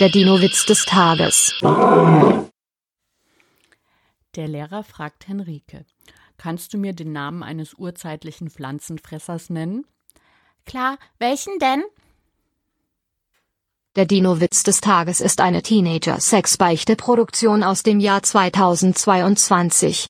Der Dino-Witz des Tages. Der Lehrer fragt Henrike: Kannst du mir den Namen eines urzeitlichen Pflanzenfressers nennen? Klar, welchen denn? Der Dino-Witz des Tages ist eine Teenager-Sex-Beichte-Produktion aus dem Jahr 2022.